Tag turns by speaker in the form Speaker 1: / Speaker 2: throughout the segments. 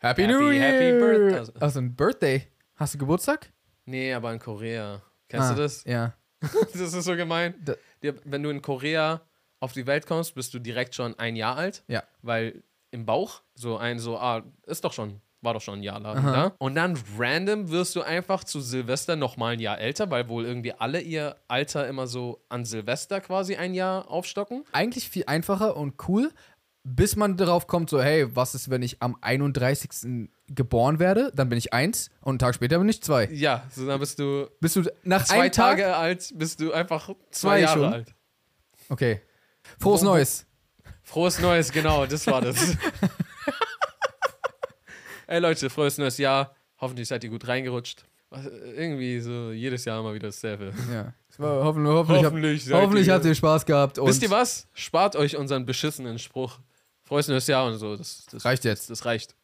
Speaker 1: Happy,
Speaker 2: Happy-
Speaker 1: New Year!
Speaker 2: Happy Birthday.
Speaker 1: Also, ein Birthday. Hast du Geburtstag?
Speaker 2: Nee, aber in Korea. Kennst
Speaker 1: Ah,
Speaker 2: du das?
Speaker 1: Ja.
Speaker 2: Das ist so gemein.
Speaker 1: Da-
Speaker 2: Dir- Wenn du in Korea auf die Welt kommst, bist du direkt schon ein Jahr alt.
Speaker 1: Ja.
Speaker 2: Weil im Bauch so ein so, ah, ist doch schon, war doch schon ein Jahr lang
Speaker 1: Aha.
Speaker 2: da. ne? Und dann random wirst du einfach zu Silvester nochmal ein Jahr älter, weil wohl irgendwie alle ihr Alter immer so an Silvester quasi ein Jahr aufstocken.
Speaker 1: Eigentlich viel einfacher und cool, bis man darauf kommt, so, hey, was ist, wenn ich am 31. geboren werde? Dann bin ich eins und einen Tag später bin ich zwei.
Speaker 2: Ja, so dann bist du
Speaker 1: Bist du nach
Speaker 2: zwei
Speaker 1: einem Tag?
Speaker 2: Tage alt, bist du einfach zwei,
Speaker 1: Zwei
Speaker 2: Jahre
Speaker 1: schon.
Speaker 2: alt.
Speaker 1: Okay. Frohes
Speaker 2: Wo- wo-
Speaker 1: Neues.
Speaker 2: Frohes Neues, genau, das war das. Ey Leute, frohes neues Jahr. Hoffentlich seid ihr gut reingerutscht. Was, irgendwie so jedes Jahr mal wieder dasselbe.
Speaker 1: Ja. Es war- Hoffentlich, hoffentlich,
Speaker 2: Hoffentlich
Speaker 1: hoffentlich,
Speaker 2: seid ihr-
Speaker 1: habt ihr Spaß gehabt. Und
Speaker 2: Wisst ihr was? Spart euch unseren beschissenen Spruch. Frohes neues Jahr und so. Das, das
Speaker 1: Reicht jetzt.
Speaker 2: Das reicht.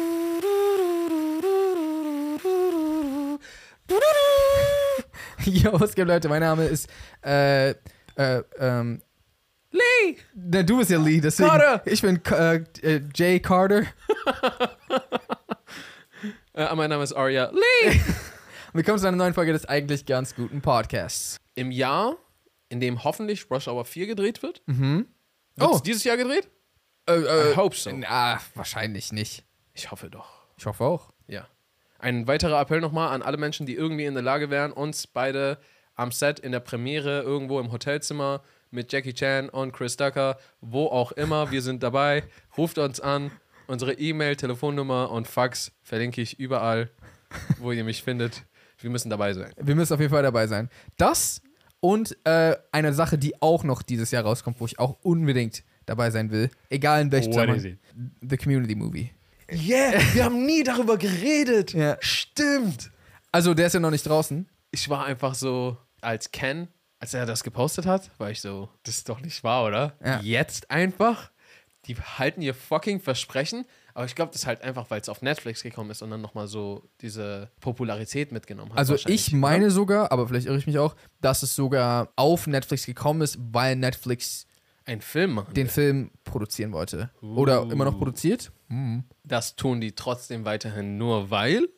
Speaker 1: Jo, was geht, Leute? Mein Name ist, äh, äh, ähm,
Speaker 2: Lee!
Speaker 1: na, du bist ja Lee, deswegen.
Speaker 2: Carter!
Speaker 1: Ich bin äh, äh, Jay Carter.
Speaker 2: Äh, mein Name ist Arya. Lee!
Speaker 1: Willkommen zu einer neuen Folge des eigentlich ganz guten Podcasts.
Speaker 2: Im Jahr, in dem hoffentlich Rush Hour 4 gedreht wird. Wird
Speaker 1: Oh,
Speaker 2: es dieses Jahr gedreht?
Speaker 1: äh, äh,
Speaker 2: I hope so.
Speaker 1: na, wahrscheinlich nicht.
Speaker 2: Ich hoffe doch.
Speaker 1: Ich hoffe auch.
Speaker 2: Ja. Ein weiterer Appell nochmal an alle Menschen, die irgendwie in der Lage wären, uns beide am Set, in der Premiere, irgendwo im Hotelzimmer mit Jackie Chan und Chris Ducker, wo auch immer, wir sind dabei. Ruft uns an. Unsere E-Mail, Telefonnummer und Fax verlinke ich überall, wo ihr mich findet. Wir müssen dabei sein.
Speaker 1: Wir müssen auf jeden Fall dabei sein. Das und äh, eine Sache, die auch noch dieses Jahr rauskommt, wo ich auch unbedingt dabei sein will, egal in welchem
Speaker 2: What is
Speaker 1: Zusammenhang. The Community Movie.
Speaker 2: Yeah, wir haben nie darüber geredet.
Speaker 1: Ja.
Speaker 2: Stimmt.
Speaker 1: Also, der ist ja noch nicht draußen.
Speaker 2: Ich war einfach so, als Ken, als er das gepostet hat, war ich so, das ist doch nicht wahr, oder?
Speaker 1: Ja.
Speaker 2: Jetzt einfach? Die halten ihr fucking Versprechen. Aber ich glaube, das ist halt einfach, weil es auf Netflix gekommen ist und dann nochmal so diese Popularität mitgenommen hat.
Speaker 1: Also
Speaker 2: wahrscheinlich,
Speaker 1: ich meine sogar, aber vielleicht irre ich mich auch, dass es sogar auf Netflix gekommen ist, weil Netflix
Speaker 2: oder? Ein Film machen.
Speaker 1: den Film produzieren wollte. Oder immer noch produziert.
Speaker 2: das tun die trotzdem weiterhin nur, weil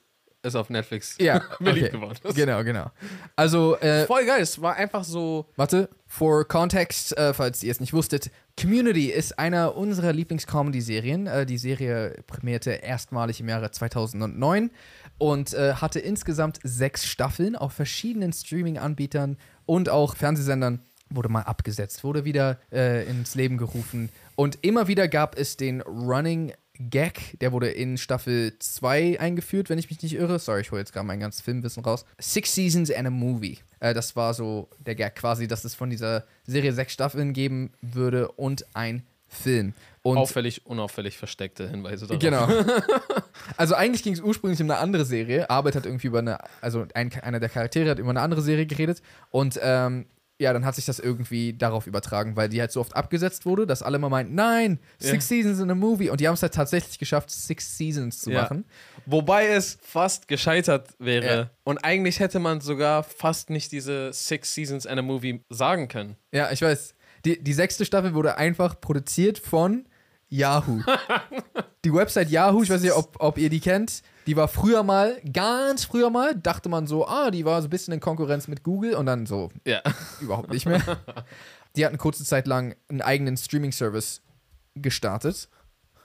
Speaker 2: es auf Netflix
Speaker 1: Ja,
Speaker 2: beliebt
Speaker 1: okay.
Speaker 2: geworden ist.
Speaker 1: Genau, genau. Also, äh,
Speaker 2: Voll geil, es war einfach so.
Speaker 1: warte, for context, äh, falls ihr es nicht wusstet, Community ist einer unserer Lieblings-Comedy-Serien. Äh, die Serie prämierte erstmalig im Jahre 2009 und äh, hatte insgesamt sechs Staffeln auf verschiedenen Streaming-Anbietern und auch Fernsehsendern. Wurde mal abgesetzt, wurde wieder äh, ins Leben gerufen. Und immer wieder gab es den Running Gag, der wurde in Staffel 2 eingeführt, wenn ich mich nicht irre. Sorry, ich hole jetzt gerade mein ganzes Filmwissen raus. Six Seasons and a Movie. Äh, das war so der Gag quasi, dass es von dieser Serie sechs Staffeln geben würde und ein Film. Und
Speaker 2: auffällig, unauffällig versteckte Hinweise darauf.
Speaker 1: Genau. Also eigentlich ging es ursprünglich um eine andere Serie. Arbeit hat irgendwie über eine, also ein, einer der Charaktere hat über eine andere Serie geredet und ähm, ja, dann hat sich das irgendwie darauf übertragen, weil die halt so oft abgesetzt wurde, dass alle mal meinten, nein, Six Seasons in a Movie. Und die haben es halt tatsächlich geschafft, Six Seasons zu
Speaker 2: Ja.
Speaker 1: machen.
Speaker 2: Wobei es fast gescheitert wäre.
Speaker 1: Ja.
Speaker 2: Und eigentlich hätte man sogar fast nicht diese Six Seasons and a Movie sagen können.
Speaker 1: Ja, ich weiß. Die, die sechste Staffel wurde einfach produziert von Yahoo. die Website Yahoo, ich weiß nicht, ob, ob ihr die kennt, die war früher mal, ganz früher mal, dachte man so, ah, die war so ein bisschen in Konkurrenz mit Google und dann so,
Speaker 2: Ja.
Speaker 1: überhaupt nicht mehr. Die hatten kurze Zeit lang einen eigenen Streaming-Service gestartet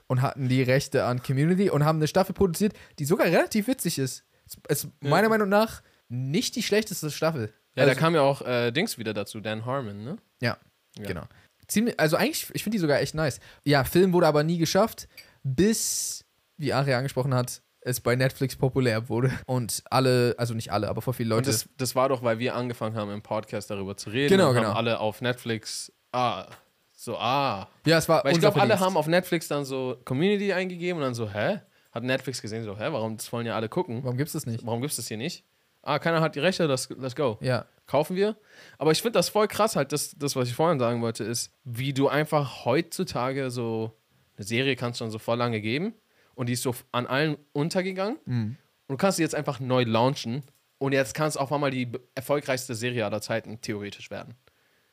Speaker 1: und hatten die Rechte an Community und haben eine Staffel produziert, die sogar relativ witzig ist. Es ist meiner Meinung nach nicht die schlechteste Staffel.
Speaker 2: Ja, da
Speaker 1: Also-
Speaker 2: kam ja auch äh, Dings wieder dazu, Dan Harmon, ne?
Speaker 1: ja,
Speaker 2: Ja.
Speaker 1: genau. Ziemlich, also eigentlich, ich finde die sogar echt nice. Ja, Film wurde aber nie geschafft, bis, wie Ari angesprochen hat, es bei Netflix populär wurde. Und alle, also nicht alle, aber vor viele
Speaker 2: Und
Speaker 1: Leute.
Speaker 2: das, das war doch, weil wir angefangen haben, im Podcast darüber zu reden.
Speaker 1: Genau,
Speaker 2: und
Speaker 1: genau.
Speaker 2: Haben alle auf Netflix, ah, so, ah.
Speaker 1: ja, es war
Speaker 2: Weil ich
Speaker 1: unser
Speaker 2: glaube, alle
Speaker 1: Verdienst.
Speaker 2: haben auf Netflix dann so Community eingegeben und dann so, hä? Hat Netflix gesehen, so, hä, warum, das wollen ja alle gucken.
Speaker 1: Warum gibt's das nicht?
Speaker 2: Warum gibt es das hier nicht? Ah, keiner hat die Rechte, let's, let's go.
Speaker 1: Ja,
Speaker 2: kaufen wir. Aber ich finde das voll krass halt, das, das, was ich vorhin sagen wollte, ist, wie du einfach heutzutage so eine Serie kannst schon so voll lange geben und die ist so an allen untergegangen und du kannst sie jetzt einfach neu launchen und jetzt kann es auf einmal die be- erfolgreichste Serie aller Zeiten theoretisch werden.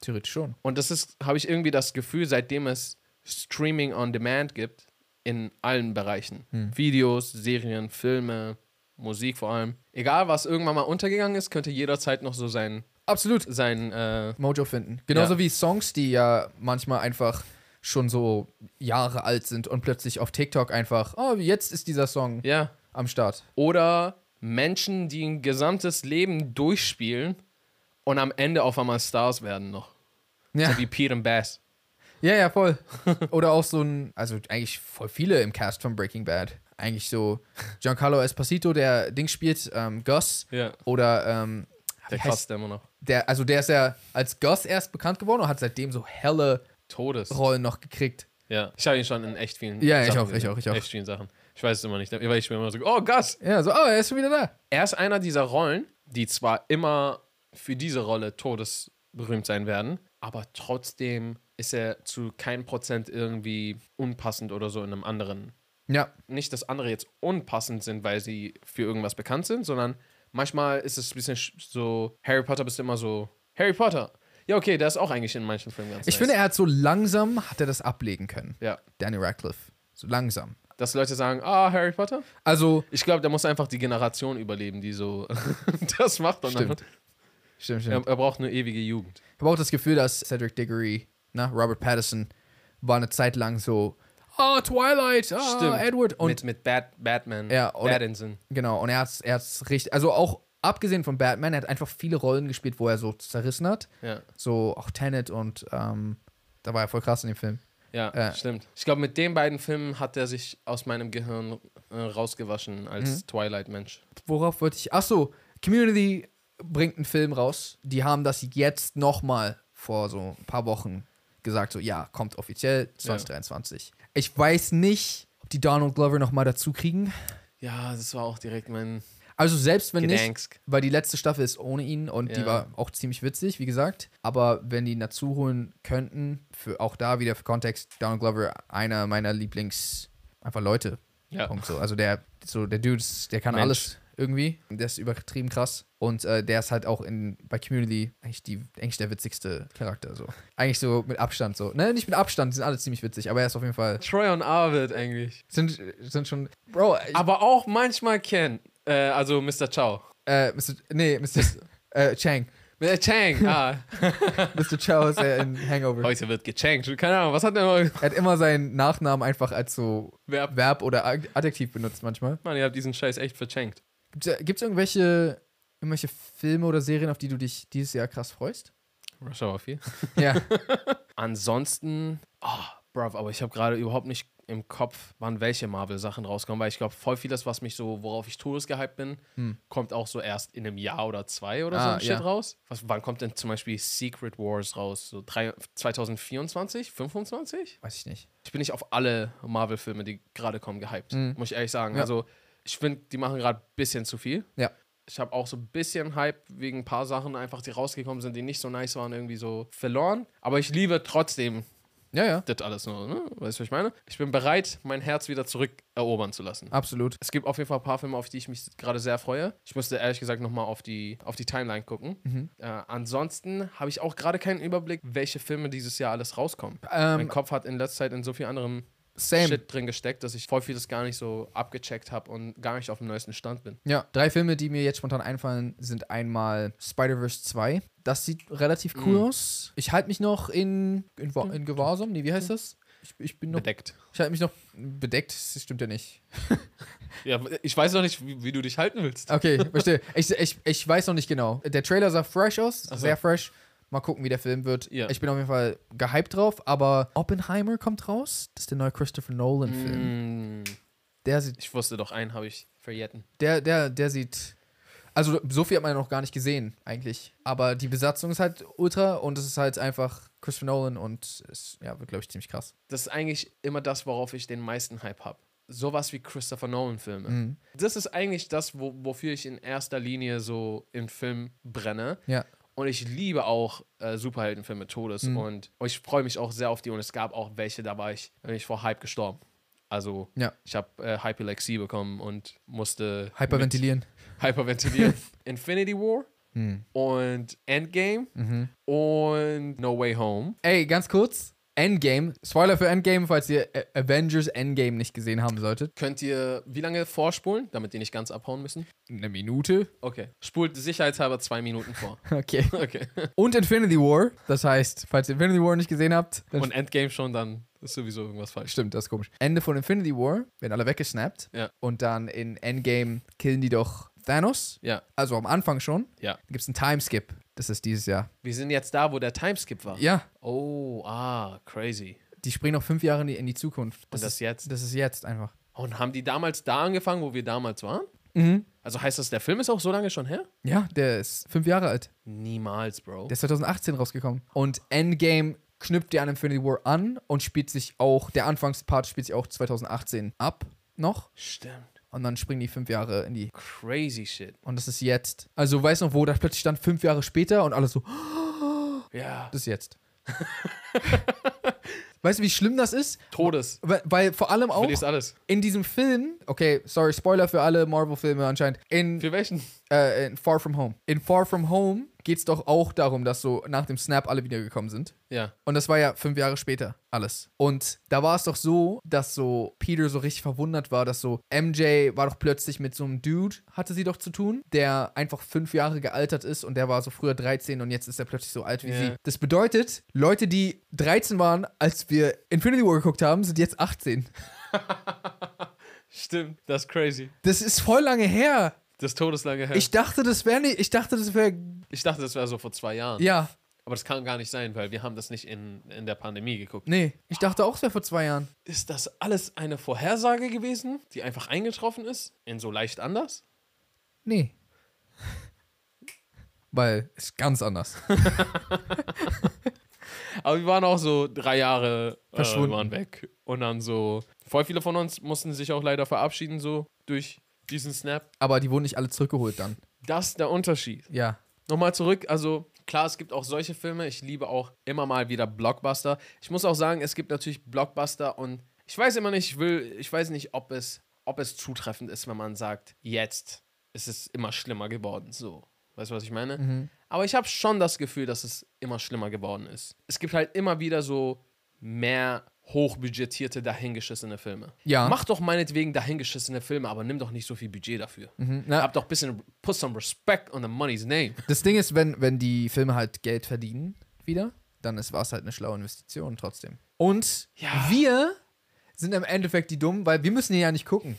Speaker 1: Theoretisch schon.
Speaker 2: Und das ist, habe ich irgendwie das Gefühl, seitdem es Streaming on Demand gibt, in allen Bereichen. Videos, Serien, Filme, Musik vor allem. Egal, was irgendwann mal untergegangen ist, könnte jederzeit noch so sein,
Speaker 1: Absolut.
Speaker 2: sein äh,
Speaker 1: Mojo finden. Genauso
Speaker 2: Ja.
Speaker 1: wie Songs, die ja manchmal einfach schon so Jahre alt sind und plötzlich auf TikTok einfach, oh, jetzt ist dieser Song
Speaker 2: ja.
Speaker 1: am Start.
Speaker 2: Oder Menschen, die ein gesamtes Leben durchspielen und am Ende auf einmal Stars werden noch.
Speaker 1: Ja,
Speaker 2: So wie Pete und Bass.
Speaker 1: ja, ja voll. Oder auch so ein, also eigentlich voll viele im Cast von Breaking Bad. Eigentlich so Giancarlo Esposito, der Ding spielt, ähm, Gus.
Speaker 2: Ja.
Speaker 1: Oder, ähm,
Speaker 2: Der
Speaker 1: wie heißt,
Speaker 2: kostet immer noch.
Speaker 1: der, also der ist ja als Gus erst bekannt geworden und hat seitdem so helle
Speaker 2: Todes.
Speaker 1: Rollen noch gekriegt.
Speaker 2: Ja. Ich habe ihn schon in echt vielen
Speaker 1: Ja, ich
Speaker 2: Sachen
Speaker 1: auch, ich
Speaker 2: gesehen.
Speaker 1: auch, ich auch.
Speaker 2: Echt vielen Sachen. Ich weiß es immer nicht, weil ich mir immer so, oh Gus!
Speaker 1: Ja, so, oh, er ist schon wieder da.
Speaker 2: Er ist einer dieser Rollen, die zwar immer für diese Rolle todesberühmt sein werden, aber trotzdem ist er zu keinem Prozent irgendwie unpassend oder so in einem anderen
Speaker 1: Ja,
Speaker 2: nicht, dass andere jetzt unpassend sind, weil sie für irgendwas bekannt sind, sondern manchmal ist es ein bisschen sch- so, Harry Potter bist immer so, Harry Potter. Ja, okay, der ist auch eigentlich in manchen Filmen ganz
Speaker 1: Ich
Speaker 2: nice.
Speaker 1: finde, er hat so langsam, hat er das ablegen können.
Speaker 2: Ja,
Speaker 1: Danny Radcliffe. So langsam.
Speaker 2: dass Leute sagen, ah, Harry Potter.
Speaker 1: Also,
Speaker 2: Ich glaube, der muss einfach die Generation überleben, die so das macht. Und
Speaker 1: Stimmt. stimmt,
Speaker 2: Dann,
Speaker 1: stimmt.
Speaker 2: er, er braucht eine ewige Jugend.
Speaker 1: Ich habe auch das Gefühl, dass Cedric Diggory, na, Robert Pattinson, war eine Zeit lang so, ah, Twilight, ah,
Speaker 2: Stimmt.
Speaker 1: Edward. Und
Speaker 2: mit mit Bat, Batman,
Speaker 1: Ja, oder-
Speaker 2: Pattinson.
Speaker 1: genau, und er hat's, er hat's richtig, also auch abgesehen von Batman, er hat einfach viele Rollen gespielt, wo er so zerrissen hat.
Speaker 2: Ja,
Speaker 1: So auch Tenet und ähm, da war er voll krass in dem Film.
Speaker 2: ja,
Speaker 1: Ja.
Speaker 2: stimmt. Ich glaube, mit den beiden Filmen hat er sich aus meinem Gehirn äh, rausgewaschen als
Speaker 1: Mhm.
Speaker 2: Twilight-Mensch.
Speaker 1: worauf wollte ich? Ach so, Community bringt einen Film raus. Die haben das jetzt nochmal vor so ein paar Wochen gesagt, so ja, kommt offiziell 2023. Ich weiß nicht, ob die Donald Glover nochmal dazu kriegen.
Speaker 2: Ja, das war auch direkt mein
Speaker 1: Also selbst wenn nicht,
Speaker 2: Gedanks.
Speaker 1: weil die letzte Staffel ist ohne ihn und die
Speaker 2: Ja.
Speaker 1: war auch ziemlich witzig, wie gesagt. Aber wenn die ihn dazu holen könnten, für auch da wieder für Kontext, Donald Glover, einer meiner Lieblings einfach Leute
Speaker 2: Ja.
Speaker 1: Punkt so. Also der, so der Dude, ist- der kann
Speaker 2: Mensch.
Speaker 1: alles irgendwie. Der ist übertrieben krass. Und äh, der ist halt auch in, bei Community eigentlich, die, eigentlich der witzigste Charakter. So. Eigentlich so mit Abstand so. Ne, nicht mit Abstand, die sind alle ziemlich witzig, aber er ist auf jeden Fall.
Speaker 2: Troy und Arvid eigentlich.
Speaker 1: Sind, sind schon. Bro, ich,
Speaker 2: Aber auch manchmal Ken. Äh, also Mr. Chow.
Speaker 1: äh, Mr. Nee, Mr. äh, Chang.
Speaker 2: Mr. Chang. Ah,
Speaker 1: Mr. Chow ist äh, in Hangover.
Speaker 2: heute wird gechankt. Keine Ahnung, was hat der mal
Speaker 1: Er hat immer seinen Nachnamen einfach als so
Speaker 2: Wer-
Speaker 1: Verb oder Ad- Adjektiv benutzt manchmal.
Speaker 2: Mann, ihr habt diesen Scheiß echt verchankt.
Speaker 1: Gibt es irgendwelche, irgendwelche Filme oder Serien, auf die du dich dieses Jahr krass freust?
Speaker 2: Rush Hour 4.
Speaker 1: Ja.
Speaker 2: Ansonsten, oh, brav, aber ich habe gerade überhaupt nicht im Kopf, wann welche Marvel-Sachen rauskommen, weil ich glaube, voll vieles, was mich so, worauf ich todesgehypt bin, kommt auch so erst in einem Jahr oder zwei oder so
Speaker 1: Hm. Ah,
Speaker 2: ein Shit
Speaker 1: ja.
Speaker 2: raus. Was, wann kommt denn zum Beispiel Secret Wars raus? So drei, 2024, 25?
Speaker 1: Weiß ich nicht.
Speaker 2: ich bin nicht auf alle Marvel-Filme, die gerade kommen, gehypt. Muss ich ehrlich sagen.
Speaker 1: Mhm. Ja.
Speaker 2: Also, ich finde, die machen gerade ein bisschen zu viel.
Speaker 1: Ja.
Speaker 2: Ich habe auch so ein bisschen Hype wegen ein paar Sachen einfach, die rausgekommen sind, die nicht so nice waren, irgendwie so verloren. Aber ich liebe trotzdem
Speaker 1: Ja, ja.
Speaker 2: das alles so, ne? Weißt du, was ich meine? Ich bin bereit, mein Herz wieder zurückerobern zu lassen.
Speaker 1: Absolut.
Speaker 2: Es gibt auf jeden Fall ein paar Filme, auf die ich mich gerade sehr freue. Ich musste ehrlich gesagt nochmal auf die, auf die Timeline gucken.
Speaker 1: Mhm.
Speaker 2: Äh, ansonsten habe ich auch gerade keinen Überblick, welche Filme dieses Jahr alles rauskommen. mein
Speaker 1: Ähm,
Speaker 2: Kopf hat in letzter Zeit in so viel anderem
Speaker 1: same.
Speaker 2: Shit drin gesteckt, dass ich voll vieles gar nicht so abgecheckt habe und gar nicht auf dem neuesten Stand bin.
Speaker 1: Ja, drei Filme, die mir jetzt spontan einfallen, sind einmal Spider-Verse 2. Das sieht
Speaker 2: Mm.
Speaker 1: relativ cool aus. Ich halte mich noch in, in, Wa- in Gewahrsam. Nee, wie heißt das? Ich, ich bin noch.
Speaker 2: Bedeckt.
Speaker 1: Ich halte mich noch bedeckt. Das stimmt ja nicht.
Speaker 2: Ja, ich weiß noch nicht, wie, wie du dich halten willst.
Speaker 1: Okay, verstehe. Ich, ich, ich weiß noch nicht genau. Der Trailer sah fresh aus,
Speaker 2: Ach so.
Speaker 1: sehr fresh. Mal gucken, wie der Film wird.
Speaker 2: Ja.
Speaker 1: Ich bin auf jeden Fall gehypt drauf, aber Oppenheimer kommt raus. Das ist der neue Christopher Nolan-Film.
Speaker 2: Mm,
Speaker 1: Der sieht
Speaker 2: ich wusste doch, einen habe ich verjetten.
Speaker 1: Der, der, der sieht. Also, so viel hat man ja noch gar nicht gesehen, eigentlich. Aber die Besatzung ist halt ultra und es ist halt einfach Christopher Nolan und es ja, wird, glaube ich, ziemlich krass.
Speaker 2: Das ist eigentlich immer das, worauf ich den meisten Hype habe. Sowas wie Christopher Nolan-Filme.
Speaker 1: Mhm.
Speaker 2: Das ist eigentlich das, wo, wofür ich in erster Linie so im Film brenne.
Speaker 1: Ja. Mhm.
Speaker 2: Und ich liebe auch äh, Superheldenfilme Todes und ich freue mich auch sehr auf die. Und es gab auch welche, da war ich, bin ich vor Hype gestorben. Also
Speaker 1: Ja.
Speaker 2: ich habe äh, Hypolexie bekommen und musste
Speaker 1: Hyperventilieren.
Speaker 2: mit- hyperventilieren. Infinity War und Endgame und No Way Home.
Speaker 1: Mhm. Ey, ganz kurz. Endgame. Spoiler für Endgame, falls ihr äh, Avengers Endgame nicht gesehen haben solltet.
Speaker 2: Könnt ihr wie lange vorspulen, damit die nicht ganz abhauen müssen?
Speaker 1: Eine Minute.
Speaker 2: Okay. Spult sicherheitshalber zwei Minuten vor.
Speaker 1: Okay.
Speaker 2: Okay.
Speaker 1: Und Infinity War. Das heißt, falls ihr Infinity War nicht gesehen habt, dann
Speaker 2: Und Endgame schon, dann ist sowieso irgendwas falsch.
Speaker 1: Stimmt, das ist komisch. Ende von Infinity War werden alle weggesnappt.
Speaker 2: Ja.
Speaker 1: Und dann in Endgame killen die doch Thanos.
Speaker 2: Ja,
Speaker 1: Also am Anfang schon.
Speaker 2: ja.
Speaker 1: Da gibt es einen Timeskip. Das ist dieses Jahr.
Speaker 2: Wir sind jetzt da, wo der Timeskip war.
Speaker 1: Ja,
Speaker 2: Oh, ah, crazy.
Speaker 1: die springen noch fünf Jahre in die, in die Zukunft.
Speaker 2: Und das
Speaker 1: ist,
Speaker 2: jetzt?
Speaker 1: Das ist jetzt einfach.
Speaker 2: Und haben die damals da angefangen, wo wir damals waren?
Speaker 1: Mhm.
Speaker 2: Also heißt das, der Film ist auch so lange schon her?
Speaker 1: Ja, der ist fünf Jahre alt.
Speaker 2: Niemals, Bro.
Speaker 1: Der ist 2018 rausgekommen. Und Endgame knüpft ja an Infinity War an und spielt sich auch, der Anfangspart spielt sich auch 2018 ab noch.
Speaker 2: Stimmt.
Speaker 1: Und dann springen die fünf Jahre in die.
Speaker 2: Crazy shit.
Speaker 1: Und das ist jetzt. Also weiß noch, wo das plötzlich stand, fünf Jahre später und alles so,
Speaker 2: Ja.
Speaker 1: Das ist jetzt. weißt du, wie schlimm das ist?
Speaker 2: Todes.
Speaker 1: Weil, weil vor allem auch
Speaker 2: Verlierst alles.
Speaker 1: in diesem Film, okay, sorry, Spoiler für alle Marvel-Filme anscheinend, in,
Speaker 2: Für welchen?
Speaker 1: äh, in Far From Home. In Far From Home geht es doch auch darum, dass so nach dem Snap alle wiedergekommen sind.
Speaker 2: Ja.
Speaker 1: Und das war ja fünf Jahre später alles. Und da war es doch so, dass so Peter so richtig verwundert war, dass so MJ war doch plötzlich mit so einem Dude, hatte sie doch zu tun, der einfach fünf Jahre gealtert ist und der war so früher 13 und jetzt ist er plötzlich so alt wie
Speaker 2: Ja.
Speaker 1: sie. Das bedeutet, Leute, die 13 waren, als wir Infinity War geguckt haben, sind jetzt 18.
Speaker 2: Stimmt. Das ist crazy.
Speaker 1: Das ist voll lange her.
Speaker 2: Das ist todeslange her.
Speaker 1: Ich dachte, das wäre nicht, ich dachte, das wäre,
Speaker 2: Ich dachte, das wäre so vor zwei Jahren.
Speaker 1: ja,
Speaker 2: Aber das kann gar nicht sein, weil wir haben das nicht in, in der Pandemie geguckt.
Speaker 1: nee, ich dachte auch, es wäre vor zwei Jahren.
Speaker 2: Ist das alles eine Vorhersage gewesen, die einfach eingetroffen ist? In so leicht anders?
Speaker 1: Nee. Weil, ist ganz anders.
Speaker 2: Aber wir waren auch so drei Jahre
Speaker 1: Verschwunden.
Speaker 2: Äh, waren weg. Und dann so. Voll viele von uns mussten sich auch leider verabschieden, so durch diesen Snap.
Speaker 1: Aber die wurden nicht alle zurückgeholt dann.
Speaker 2: Das ist der Unterschied.
Speaker 1: Ja.
Speaker 2: Nochmal zurück, also klar, es gibt auch solche Filme. Ich liebe auch immer mal wieder Blockbuster. Ich muss auch sagen, es gibt natürlich Blockbuster und ich weiß immer nicht, ich will, ich weiß nicht, ob es, ob es zutreffend ist, wenn man sagt, jetzt ist es immer schlimmer geworden. So. Weißt du, was ich meine?
Speaker 1: Mhm.
Speaker 2: Aber ich habe schon das Gefühl, dass es immer schlimmer geworden ist. Es gibt halt immer wieder so mehr hochbudgetierte, dahingeschissene Filme.
Speaker 1: Ja.
Speaker 2: Mach doch meinetwegen dahingeschissene Filme, aber nimm doch nicht so viel Budget dafür.
Speaker 1: Mhm. Na,
Speaker 2: Hab doch ein bisschen, put some respect on the money's name.
Speaker 1: das Ding ist, wenn, wenn die Filme halt Geld verdienen wieder, dann war es halt eine schlaue Investition trotzdem. Und
Speaker 2: Ja.
Speaker 1: wir sind im Endeffekt die Dummen, weil wir müssen den ja nicht gucken.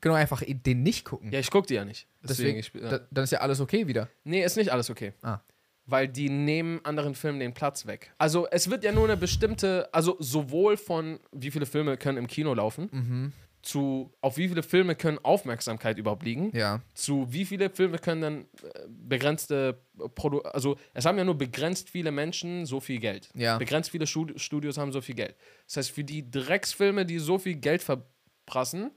Speaker 1: Genau, einfach den nicht gucken.
Speaker 2: Ja, ich guck die ja nicht. Deswegen, ich,
Speaker 1: da,
Speaker 2: ja.
Speaker 1: dann ist ja alles okay wieder.
Speaker 2: Nee, ist nicht alles okay.
Speaker 1: Ah.
Speaker 2: Weil die nehmen anderen Filmen den Platz weg. Also es wird ja nur eine bestimmte, also sowohl von wie viele Filme können im Kino laufen,
Speaker 1: Mhm.
Speaker 2: zu auf wie viele Filme können Aufmerksamkeit überhaupt liegen,
Speaker 1: Ja.
Speaker 2: zu wie viele Filme können dann äh, begrenzte äh, Produ also es haben ja nur begrenzt viele Menschen so viel Geld.
Speaker 1: Ja.
Speaker 2: Begrenzt viele Stud Studios haben so viel Geld. Das heißt, für die Drecksfilme, die so viel Geld verprassen,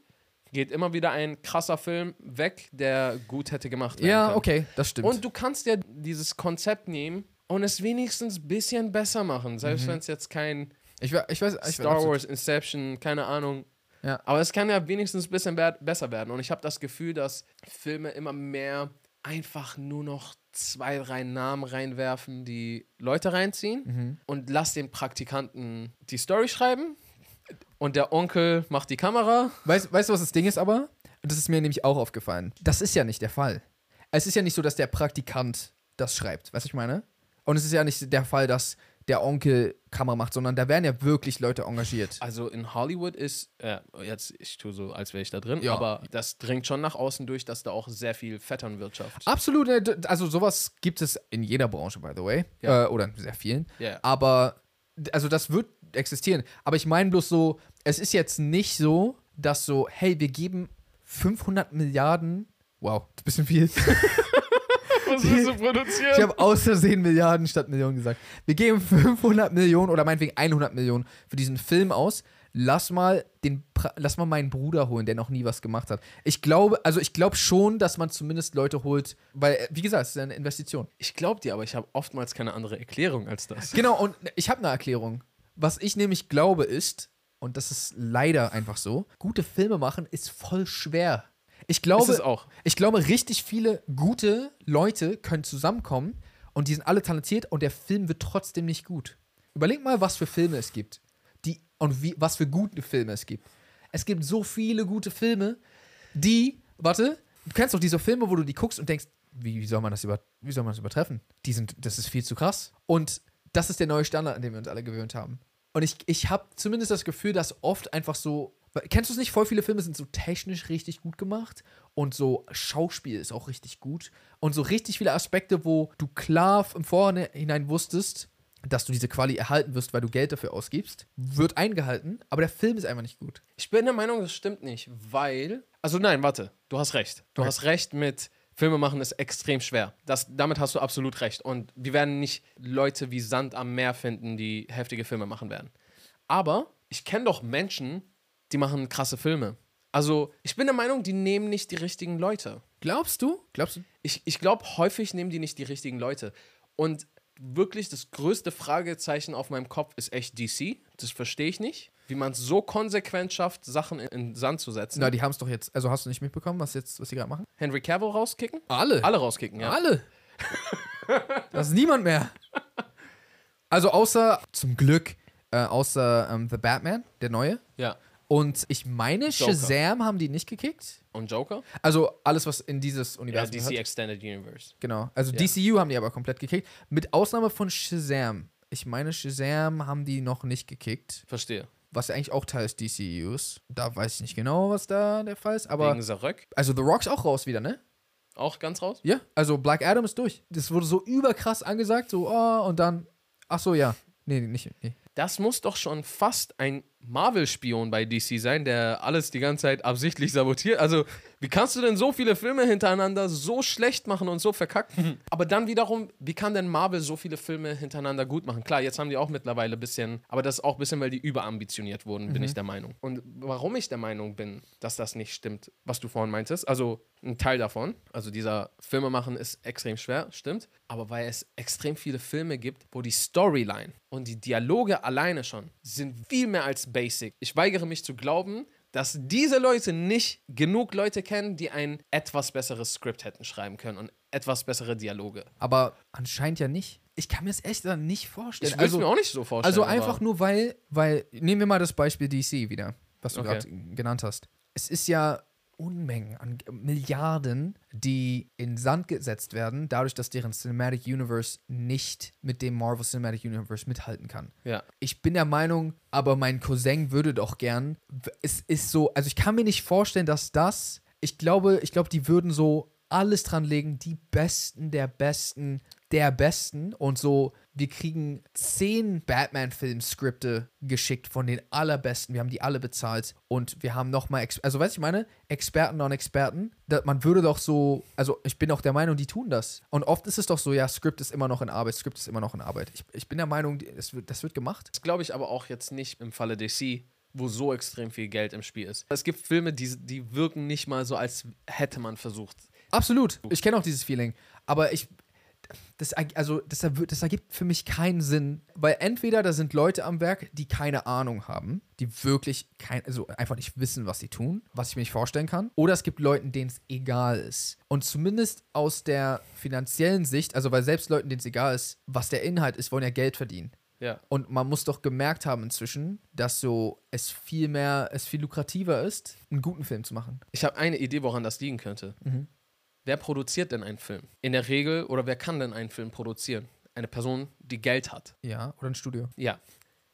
Speaker 2: geht immer wieder ein krasser Film weg, der gut hätte gemacht werden
Speaker 1: Ja,
Speaker 2: können.
Speaker 1: okay, das stimmt.
Speaker 2: Und du kannst ja dieses Konzept nehmen und es wenigstens ein bisschen besser machen,
Speaker 1: Mhm.
Speaker 2: selbst wenn es jetzt kein
Speaker 1: ich, we- ich weiß, ich
Speaker 2: Star
Speaker 1: weiß
Speaker 2: Wars, Inception, keine Ahnung.
Speaker 1: Ja.
Speaker 2: Aber es kann ja wenigstens ein bisschen wer- besser werden. Und ich habe das Gefühl, dass Filme immer mehr einfach nur noch zwei, drei Namen reinwerfen, die Leute reinziehen
Speaker 1: Mhm.
Speaker 2: und lass den Praktikanten die Story schreiben. Und der Onkel macht die Kamera.
Speaker 1: Weißt, weißt du, was das Ding ist aber? Das ist mir nämlich auch aufgefallen. Das ist ja nicht der Fall. Es ist ja nicht so, dass der Praktikant das schreibt. Weißt du, was ich meine? Und es ist ja nicht der Fall, dass der Onkel Kamera macht, sondern da werden ja wirklich Leute engagiert.
Speaker 2: Also in Hollywood ist, äh, jetzt, ich tue so, als wäre ich da drin,
Speaker 1: Ja.
Speaker 2: aber das dringt schon nach außen durch, dass da auch sehr viel Vetternwirtschaft.
Speaker 1: Absolut, äh, d- also sowas gibt es in jeder Branche, by the way.
Speaker 2: Ja.
Speaker 1: Äh, oder in sehr vielen.
Speaker 2: Ja.
Speaker 1: Aber, d- also das wird existieren. Aber ich meine bloß so, es ist jetzt nicht so, dass so, hey, wir geben 500 Milliarden. Wow, ein bisschen viel.
Speaker 2: Was
Speaker 1: willst du Ich
Speaker 2: produzieren?
Speaker 1: habe aus Versehen Milliarden statt Millionen gesagt. Wir geben 500 Millionen oder meinetwegen 100 Millionen für diesen Film aus. Lass mal, den, Pra- lass mal meinen Bruder holen, der noch nie was gemacht hat. Ich glaube, also ich glaube schon, dass man zumindest Leute holt, weil, äh, wie gesagt, es ist ja eine Investition.
Speaker 2: Ich glaube dir, aber ich habe oftmals keine andere Erklärung als das.
Speaker 1: Genau, und ich habe eine Erklärung. Was ich nämlich glaube ist, und das ist leider einfach so, gute Filme machen ist voll schwer. Ich
Speaker 2: Ist es
Speaker 1: glaube,
Speaker 2: auch.
Speaker 1: ich glaube, richtig viele gute Leute können zusammenkommen und die sind alle talentiert und der Film wird trotzdem nicht gut. Überleg mal, was für Filme es gibt. Die, und wie, was für gute Filme es gibt. Es gibt so viele gute Filme, die, warte, du kennst doch diese Filme, wo du die guckst und denkst, wie, wie, soll man das über, wie soll man das übertreffen? Die sind, das ist viel zu krass. Und das ist der neue Standard, an den wir uns alle gewöhnt haben. Und ich, ich habe zumindest das Gefühl, dass oft einfach so, kennst du es nicht, voll viele Filme sind so technisch richtig gut gemacht und so Schauspiel ist auch richtig gut und so richtig viele Aspekte, wo du klar im Vorhinein wusstest, dass du diese Quali erhalten wirst, weil du Geld dafür ausgibst, wird eingehalten, aber der Film ist einfach nicht gut.
Speaker 2: Ich bin der Meinung, das stimmt nicht, weil. Also nein, warte, du hast recht. Du
Speaker 1: Okay.
Speaker 2: hast recht mit Filme machen ist extrem schwer. Das, damit hast du absolut recht. Und wir werden nicht Leute wie Sand am Meer finden, die heftige Filme machen werden. Aber ich kenne doch Menschen, die machen krasse Filme. Also ich bin der Meinung, die nehmen nicht die richtigen Leute.
Speaker 1: Glaubst du? Glaubst du?
Speaker 2: Ich, ich glaube, häufig nehmen die nicht die richtigen Leute. Und wirklich das größte Fragezeichen auf meinem Kopf ist echt DC. Das verstehe ich nicht. Wie man es so konsequent schafft, Sachen in, in den Sand zu setzen.
Speaker 1: Na, die haben es doch jetzt. Also hast du nicht mitbekommen, was jetzt, was sie gerade machen?
Speaker 2: Henry Cavill rauskicken?
Speaker 1: Alle.
Speaker 2: Alle rauskicken, ja.
Speaker 1: Alle. das ist niemand mehr. Also außer, zum Glück, äh, außer ähm, The Batman, der neue.
Speaker 2: ja.
Speaker 1: Und ich meine,
Speaker 2: Joker.
Speaker 1: Shazam haben die nicht gekickt.
Speaker 2: Und Joker?
Speaker 1: Also alles, was in dieses
Speaker 2: Ja,
Speaker 1: Universum
Speaker 2: DC
Speaker 1: gehört.
Speaker 2: Extended Universe.
Speaker 1: Genau. Also
Speaker 2: Ja.
Speaker 1: DCU haben die aber komplett gekickt. Mit Ausnahme von Shazam. Ich meine, Shazam haben die noch nicht gekickt.
Speaker 2: Verstehe.
Speaker 1: Was ja eigentlich auch Teil des DCUs. Da weiß ich nicht genau, was da der Fall ist. Aber
Speaker 2: Wegen Zarek?
Speaker 1: also The Rock's auch raus wieder, ne?
Speaker 2: Auch ganz raus?
Speaker 1: Ja, also Black Adam ist durch. Das wurde so überkrass angesagt, so, oh, und dann, ach so, ja. Nee, nee, nicht. Nee.
Speaker 2: Das muss doch schon fast ein Marvel-Spion bei DC sein, der alles die ganze Zeit absichtlich sabotiert. Also, wie kannst du denn so viele Filme hintereinander so schlecht machen und so verkacken? aber dann wiederum, wie kann denn Marvel so viele Filme hintereinander gut machen? Klar, jetzt haben die auch mittlerweile ein bisschen, aber das ist auch ein bisschen, weil die überambitioniert wurden, bin ich der Meinung. Und warum ich der Meinung bin, dass das nicht stimmt, was du vorhin meintest, also ein Teil davon, also dieser Filme machen ist extrem schwer, stimmt, aber weil es extrem viele Filme gibt, wo die Storyline und die Dialoge alleine schon sind viel mehr als basic. Ich weigere mich zu glauben, dass diese Leute nicht genug Leute kennen, die ein etwas besseres Skript hätten schreiben können und etwas bessere Dialoge.
Speaker 1: Aber anscheinend ja nicht. Ich kann mir das echt dann nicht vorstellen.
Speaker 2: Ich will es
Speaker 1: also,
Speaker 2: mir auch nicht so vorstellen.
Speaker 1: also
Speaker 2: aber-
Speaker 1: einfach nur, weil, weil, nehmen wir mal das Beispiel DC wieder, was du
Speaker 2: Okay.
Speaker 1: gerade genannt hast. Es ist ja Unmengen an Milliarden, die in Sand gesetzt werden, dadurch, dass deren Cinematic Universe nicht mit dem Marvel Cinematic Universe mithalten kann.
Speaker 2: Ja.
Speaker 1: Ich bin der Meinung, aber mein Cousin würde doch gern. Es ist so, also ich kann mir nicht vorstellen, dass das. Ich glaube, ich glaube, die würden so alles dran legen, die Besten der Besten der Besten und so. Wir kriegen zehn Batman-Film-Skripte geschickt von den allerbesten. Wir haben die alle bezahlt und wir haben nochmal, also weißt du, ich meine, Experten, Non-Experten, da- man würde doch so, also ich bin auch der Meinung, die tun das. Und oft ist es doch so, ja, Skript ist immer noch in Arbeit, Skript ist immer noch in Arbeit. Ich, ich bin der Meinung, die- es wird, das wird gemacht.
Speaker 2: Das glaube ich aber auch jetzt nicht im Falle DC, wo so extrem viel Geld im Spiel ist. Es gibt Filme, die, die wirken nicht mal so, als hätte man versucht.
Speaker 1: Absolut. Ich kenne auch dieses Feeling. Aber ich. Das, erg- also, das, erw- das ergibt für mich keinen Sinn, weil entweder da sind Leute am Werk, die keine Ahnung haben, die wirklich kein, also einfach nicht wissen, was sie tun, was ich mir nicht vorstellen kann, oder es gibt Leuten, denen es egal ist. Und zumindest aus der finanziellen Sicht, also weil selbst Leuten, denen es egal ist, was der Inhalt ist, wollen ja Geld verdienen.
Speaker 2: Ja.
Speaker 1: Und man muss doch gemerkt haben inzwischen, dass so es viel mehr, es viel lukrativer ist, einen guten Film zu machen.
Speaker 2: Ich habe eine Idee, woran das liegen könnte. Wer produziert denn einen Film? In der Regel, oder wer kann denn einen Film produzieren? Eine Person, die Geld hat.
Speaker 1: Ja, oder ein Studio.
Speaker 2: Ja.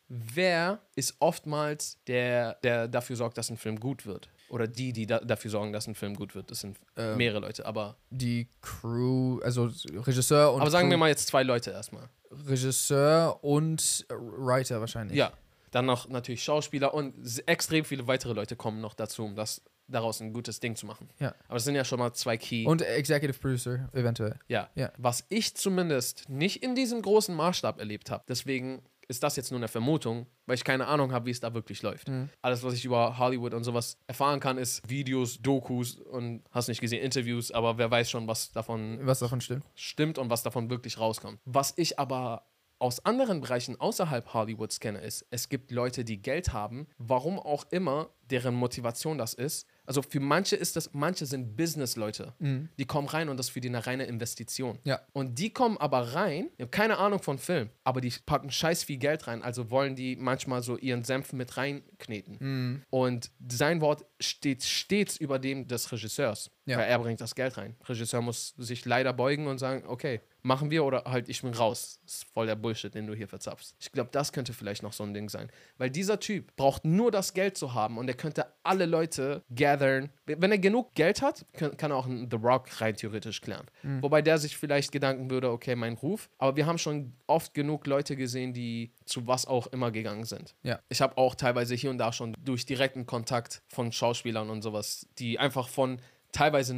Speaker 2: Wer ist oftmals der, der dafür sorgt, dass ein Film gut wird? Oder die, die da, dafür sorgen, dass ein Film gut wird? Das sind äh,
Speaker 1: Ähm,
Speaker 2: mehrere Leute, aber.
Speaker 1: die Crew, also Regisseur und
Speaker 2: Aber sagen
Speaker 1: Crew,
Speaker 2: wir mal jetzt zwei Leute erstmal.
Speaker 1: Regisseur und äh, Writer wahrscheinlich.
Speaker 2: Ja. Dann noch natürlich Schauspieler und s- extrem viele weitere Leute kommen noch dazu, um das daraus ein gutes Ding zu machen.
Speaker 1: Ja.
Speaker 2: Aber es sind ja schon mal zwei Key.
Speaker 1: Und Executive Producer eventuell.
Speaker 2: ja.
Speaker 1: Ja.
Speaker 2: Was ich zumindest nicht in diesem großen Maßstab erlebt habe. Deswegen ist das jetzt nur eine Vermutung, weil ich keine Ahnung habe, wie es da wirklich läuft.
Speaker 1: Mhm.
Speaker 2: Alles, was ich über Hollywood und sowas erfahren kann, ist Videos, Dokus und hast nicht gesehen, Interviews, aber wer weiß schon, was davon
Speaker 1: Was davon stimmt.
Speaker 2: stimmt und was davon wirklich rauskommt. Was ich aber aus anderen Bereichen außerhalb Hollywoods kenne, ist, es gibt Leute, die Geld haben, warum auch immer deren Motivation das ist. also für manche ist das, manche sind Business-Leute. Die kommen rein und das ist für die eine reine Investition.
Speaker 1: Ja.
Speaker 2: Und die kommen aber rein, die haben keine Ahnung von Film, aber die packen scheiß viel Geld rein, also wollen die manchmal so ihren Senf mit reinkneten. Und sein Wort steht stets über dem des Regisseurs,
Speaker 1: Ja.
Speaker 2: weil er bringt das Geld rein. Regisseur muss sich leider beugen und sagen, okay, machen wir oder halt ich bin raus. Das ist voll der Bullshit, den du hier verzapfst. Ich glaube, das könnte vielleicht noch so ein Ding sein, weil dieser Typ braucht nur das Geld zu haben und er könnte alle Leute gathern. Wenn er genug Geld hat, kann kann er auch einen The Rock rein theoretisch klären. Wobei der sich vielleicht Gedanken würde, okay, mein Ruf, aber wir haben schon oft genug Leute gesehen, die zu was auch immer gegangen sind.
Speaker 1: Ja.
Speaker 2: Ich habe auch teilweise hier und da schon durch direkten Kontakt von Schauspielern und sowas, die einfach von teilweise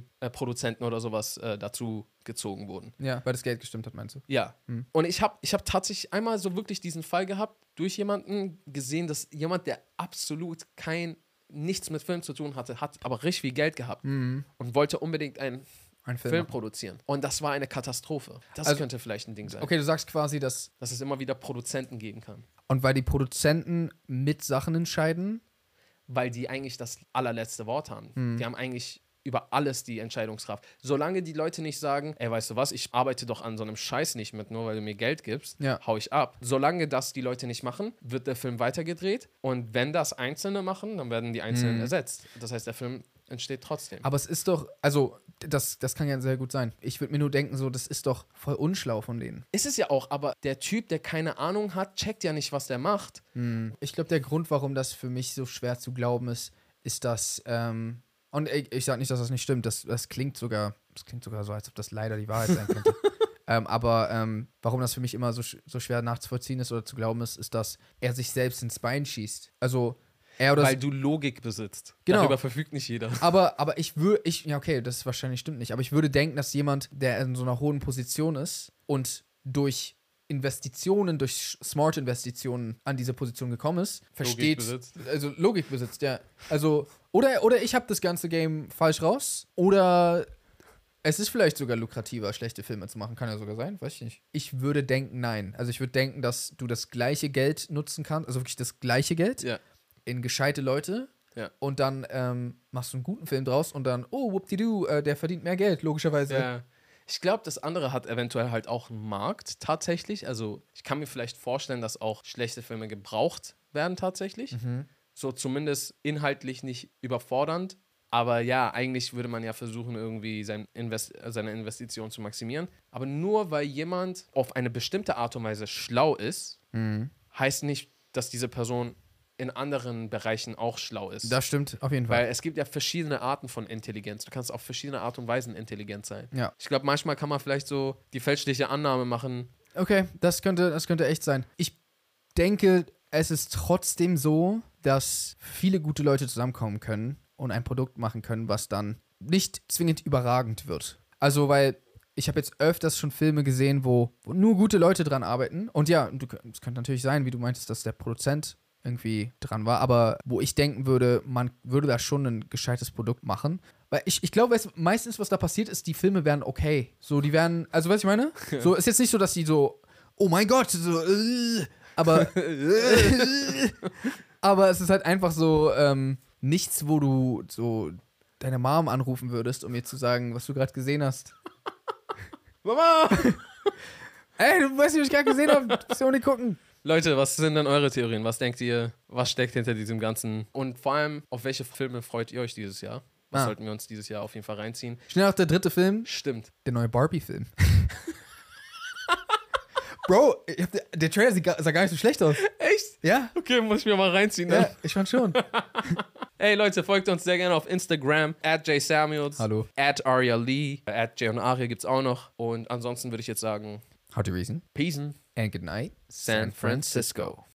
Speaker 2: No-Name-Produzenten oder sowas äh, dazu gezogen wurden.
Speaker 1: Ja, weil das Geld gestimmt hat, meinst du?
Speaker 2: Ja.
Speaker 1: Hm.
Speaker 2: Und ich habe ich hab tatsächlich einmal so wirklich diesen Fall gehabt, durch jemanden gesehen, dass jemand, der absolut kein, nichts mit Film zu tun hatte, hat aber richtig viel Geld gehabt und wollte unbedingt einen
Speaker 1: Ein Hm. Film.
Speaker 2: Film, produzieren. Und das war eine Katastrophe. Das
Speaker 1: Also-
Speaker 2: könnte vielleicht ein Ding sein,
Speaker 1: Okay, du sagst quasi, dass
Speaker 2: dass es immer wieder Produzenten geben kann.
Speaker 1: Und weil die Produzenten mit Sachen entscheiden,
Speaker 2: weil die eigentlich das allerletzte Wort haben.
Speaker 1: Mhm.
Speaker 2: Die haben eigentlich über alles die Entscheidungskraft. Solange die Leute nicht sagen, ey, weißt du was, ich arbeite doch an so einem Scheiß nicht mit, nur weil du mir Geld gibst,
Speaker 1: Ja.
Speaker 2: hau ich ab. Solange das die Leute nicht machen, wird der Film weitergedreht und wenn das Einzelne machen, dann werden die Einzelnen ersetzt. Das heißt, der Film entsteht trotzdem.
Speaker 1: Mhm. aber es ist doch, also das, das kann ja sehr gut sein. Ich würde mir nur denken, so, das ist doch voll unschlau von denen.
Speaker 2: Ist es ja auch, aber der Typ, der keine Ahnung hat, checkt ja nicht, was der macht.
Speaker 1: Ich glaube, der Grund, warum das für mich so schwer zu glauben ist, ist, dass, ähm, und ich, ich sage nicht, dass das nicht stimmt, das, das klingt sogar, das klingt sogar so, als ob das leider die Wahrheit sein könnte. ähm, aber ähm, warum das für mich immer so, sch- so schwer nachzuvollziehen ist oder zu glauben ist, ist, dass er sich selbst ins Bein schießt. Also er oder
Speaker 2: Weil du Logik besitzt.
Speaker 1: Genau.
Speaker 2: Darüber verfügt nicht jeder.
Speaker 1: Aber, aber ich würde, ich, ja, okay, das ist wahrscheinlich stimmt nicht, aber ich würde denken, dass jemand, der in so einer hohen Position ist und durch Investitionen, durch sch- smart Investitionen an diese Position gekommen ist, versteht.
Speaker 2: besitzt.
Speaker 1: Also Logik besitzt, ja. Also, oder, oder ich habe das ganze Game falsch raus, oder es ist vielleicht sogar lukrativer, schlechte Filme zu machen. Kann ja sogar sein, weiß ich nicht. Ich würde denken, nein. Also ich würde denken, dass du das gleiche Geld nutzen kannst, also wirklich das gleiche Geld
Speaker 2: Ja.
Speaker 1: in gescheite Leute
Speaker 2: Ja.
Speaker 1: und dann ähm, machst du einen guten Film draus und dann, oh, whoop-di-doo, äh, der verdient mehr Geld, logischerweise.
Speaker 2: Ja. Ich glaube, das andere hat eventuell halt auch einen Markt tatsächlich. Also ich kann mir vielleicht vorstellen, dass auch schlechte Filme gebraucht werden tatsächlich. So zumindest inhaltlich nicht überfordernd. Aber ja, eigentlich würde man ja versuchen, irgendwie sein Invest äh, seine Investition zu maximieren. Aber nur weil jemand auf eine bestimmte Art und Weise schlau ist, heißt nicht, dass diese Person in anderen Bereichen auch schlau ist.
Speaker 1: Das stimmt, auf jeden Fall.
Speaker 2: Weil es gibt ja verschiedene Arten von Intelligenz. Du kannst auf verschiedene Art und Weisen intelligent sein.
Speaker 1: ja.
Speaker 2: Ich glaube, manchmal kann man vielleicht so die fälschliche Annahme machen.
Speaker 1: Okay, das könnte, das könnte echt sein. Ich denke, es ist trotzdem so, dass viele gute Leute zusammenkommen können und ein Produkt machen können, was dann nicht zwingend überragend wird. Also, weil ich habe jetzt öfters schon Filme gesehen, wo, wo nur gute Leute dran arbeiten. Und ja, du, kö- es könnte natürlich sein, wie du meintest, dass der Produzent irgendwie dran war, aber wo ich denken würde, man würde da schon ein gescheites Produkt machen. Weil ich, ich glaube, es, meistens, was da passiert ist, die Filme werden okay. So, die werden, also, weißt du, was ich meine? So, ist jetzt nicht so, dass die so, oh mein Gott, so, äh, aber, aber es ist halt einfach so, ähm, nichts, wo du so deine Mom anrufen würdest, um ihr zu sagen, was du gerade gesehen hast.
Speaker 2: Mama!
Speaker 1: Ey, du weißt, wie ich gerade gesehen habe, du musst unbedingt gucken.
Speaker 2: Leute, was sind denn eure Theorien? Was denkt ihr, was steckt hinter diesem Ganzen? Und vor allem, auf welche Filme freut ihr euch dieses Jahr? Was
Speaker 1: Ah.
Speaker 2: sollten wir uns dieses Jahr auf jeden Fall reinziehen?
Speaker 1: Schnell auf der dritte Film.
Speaker 2: Stimmt.
Speaker 1: Der neue Barbie-Film. Bro, ich hab, der, der Trailer sieht gar, sah gar nicht so schlecht aus.
Speaker 2: Echt?
Speaker 1: Ja?
Speaker 2: Okay, muss ich mir mal reinziehen.
Speaker 1: Ja,
Speaker 2: Ne?
Speaker 1: ich fand schon.
Speaker 2: Hey Leute, folgt uns sehr gerne auf Instagram, at jsamuels,
Speaker 1: Hallo.
Speaker 2: at Aria Lee, at J und Aria gibt's auch noch. Und ansonsten würde ich jetzt sagen,
Speaker 1: How to reason
Speaker 2: Peace in
Speaker 1: and good night.
Speaker 2: San Francisco.